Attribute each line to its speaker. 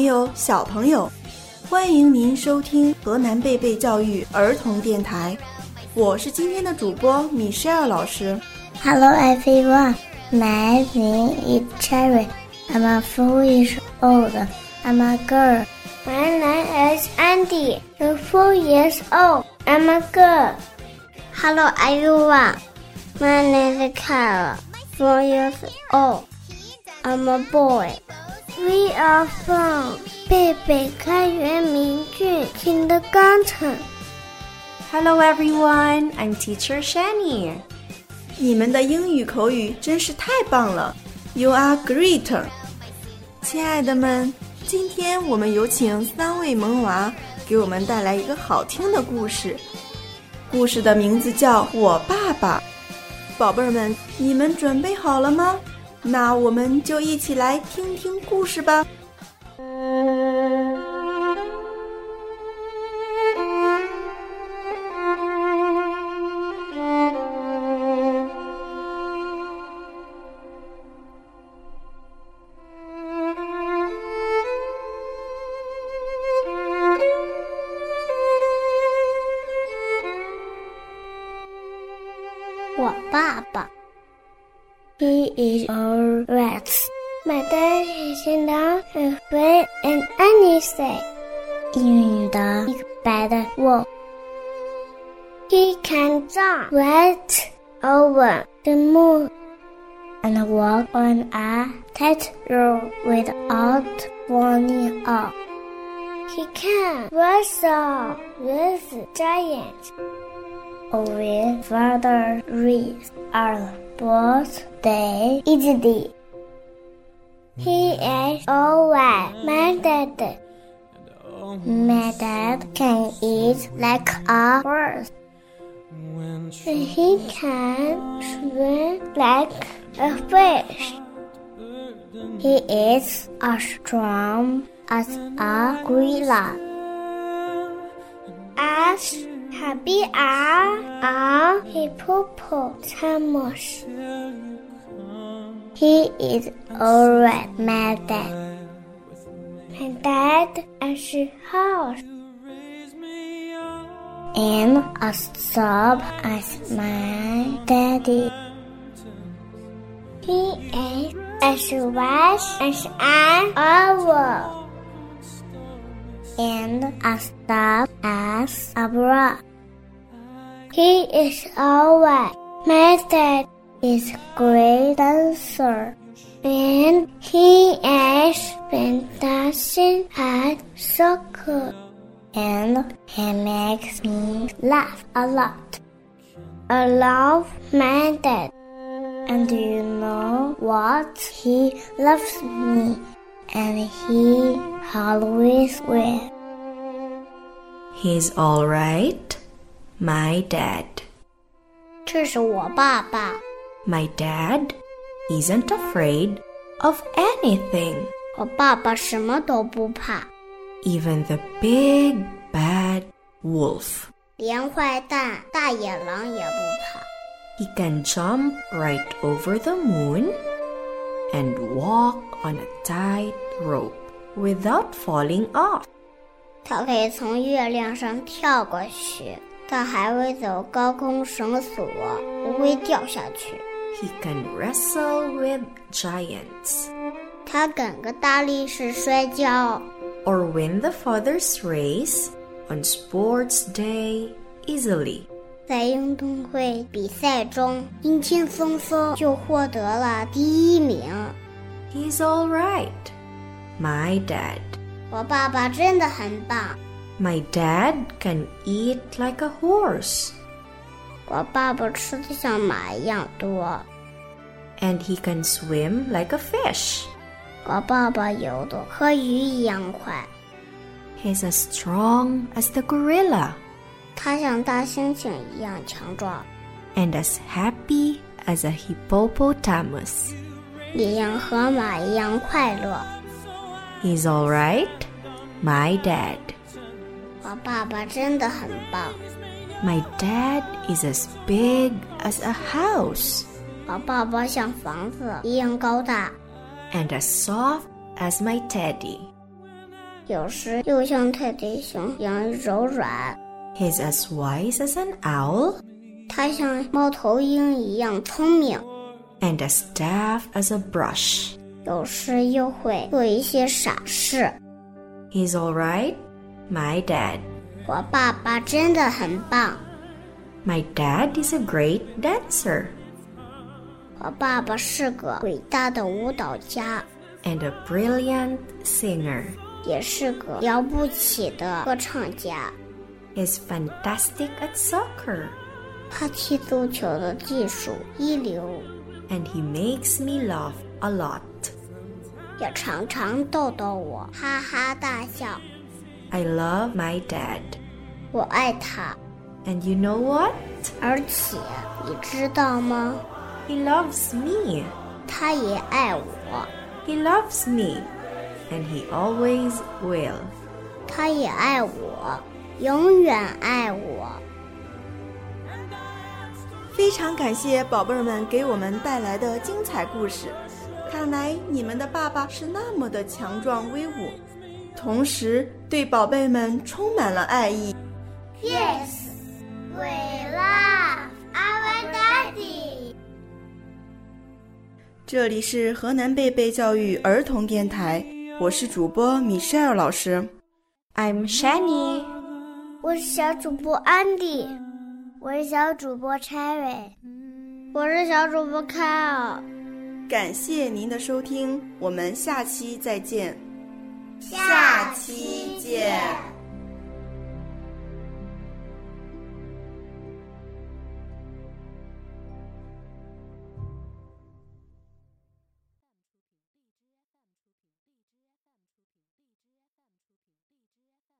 Speaker 1: 友、小朋友，欢迎您收听河南贝贝教育儿童电台，我是今天的主播米歇尔老师。
Speaker 2: Hello everyone, my name is Cherry. I'm a four years old. I'm a girl.
Speaker 3: My name is Andy. I'm four years old. I'm a girl.
Speaker 4: Hello everyone.
Speaker 3: My name is Carol. Four years old. I'm a boy. We are from 贝贝开元名郡 Kindergarten.
Speaker 5: Hello everyone, I'm teacher Shani.
Speaker 1: 你们的英语口语真是太棒了，You are great！亲爱的们，今天我们有请三位萌娃给我们带来一个好听的故事，故事的名字叫《我爸爸》。宝贝儿们，你们准备好了吗？那我们就一起来听听故事吧。
Speaker 2: 我爸爸，He is a rat.
Speaker 3: My dad is not afraid of anything.
Speaker 2: 英语的一个白的 wolf.
Speaker 3: He can jump right over the moon
Speaker 2: and walk on a tightrope without falling off.
Speaker 3: He can wrestle with giants.
Speaker 2: Over further reefs are both they easily.
Speaker 3: He is always minded.
Speaker 2: My dad can eat like a horse.
Speaker 3: And he can swim like a fish.
Speaker 2: He is as strong as a gorilla.
Speaker 3: As happy are are hippopotamus.
Speaker 2: He is alright, my dad.
Speaker 3: My dad is a horse.
Speaker 2: And as sob as my daddy.
Speaker 3: He is as wise as an owl
Speaker 2: and as tough as a rock.
Speaker 3: He is alright. My dad
Speaker 2: is great dancer,
Speaker 3: and he is fantastic at soccer,
Speaker 2: and he makes me laugh a lot.
Speaker 3: I love my dad.
Speaker 2: And do you know what? He loves me and he always will.
Speaker 5: He's all right, my dad.
Speaker 4: 这是我爸爸。
Speaker 5: My dad isn't afraid of anything.
Speaker 4: 我爸爸什么都不怕，
Speaker 5: Even the big bad wolf.
Speaker 4: 连坏蛋大野狼也不
Speaker 5: He can jump right over the moon and walk on a tight rope without falling off.
Speaker 4: 怕。他可以从月亮上跳过去，他还会走高空绳索，不会掉下去。
Speaker 5: He can wrestle with giants
Speaker 4: 他敢跟大力士摔跤，
Speaker 5: or win the father's race on sports day easily.
Speaker 4: 在运动会比赛中轻轻松松就获得了第一名。
Speaker 5: He's all right. My dad.
Speaker 4: 我爸爸真的很棒，
Speaker 5: My dad can eat like a horse
Speaker 4: 我爸爸吃的像马一样多，
Speaker 5: and he can swim like a fish.
Speaker 4: 我爸爸游得和鱼一样快，
Speaker 5: He's as strong as the gorilla
Speaker 4: 他像大猩猩一样强壮，
Speaker 5: and as happy as a hippopotamus.
Speaker 4: 也像河马一样快乐。
Speaker 5: He's all right. My dad.
Speaker 4: 我爸爸真的很棒，
Speaker 5: My dad is as big as a house
Speaker 4: 我爸爸像房子一样高大，
Speaker 5: and as soft as my teddy.
Speaker 3: 有时又像泰迪熊一样柔软。
Speaker 6: He's as wise as an owl
Speaker 3: 它像猫头鹰一样聪明，
Speaker 6: and as deaf as a brush.
Speaker 3: 有时又会做一些傻事。
Speaker 6: He's all right, my dad.
Speaker 3: 我爸爸真的很棒，
Speaker 6: My dad is a great dancer
Speaker 3: 我爸爸是个伟大的舞蹈家，
Speaker 6: and a brilliant singer.
Speaker 3: 也是个了不起的歌唱家。
Speaker 6: He's fantastic at soccer
Speaker 3: 他踢足球的技术一流，
Speaker 6: and he makes me laugh a lot.
Speaker 3: 也常常逗逗我，哈哈大笑。
Speaker 6: I love my dad.
Speaker 3: 我爱他，
Speaker 6: And you know what?
Speaker 3: 而且你知道吗？
Speaker 6: He loves me.
Speaker 3: 他也爱我，
Speaker 6: He loves me. And he always will.
Speaker 3: 他也爱我，永远爱我。
Speaker 5: 非常感谢宝贝儿们给我们带来的精彩故事。看来你们的爸爸是那么的强壮威武，同时对宝贝们充满了爱意。
Speaker 7: Yes, we love our daddy.
Speaker 5: 这里是河南贝贝教育儿童电台，我是主播米歇尔老师。
Speaker 6: I'm Shani.
Speaker 7: 我是小主播安迪，我是小主播 Cherry，我是小主播 Kyle。
Speaker 5: 感谢您的收听，我们下期再见。下期见。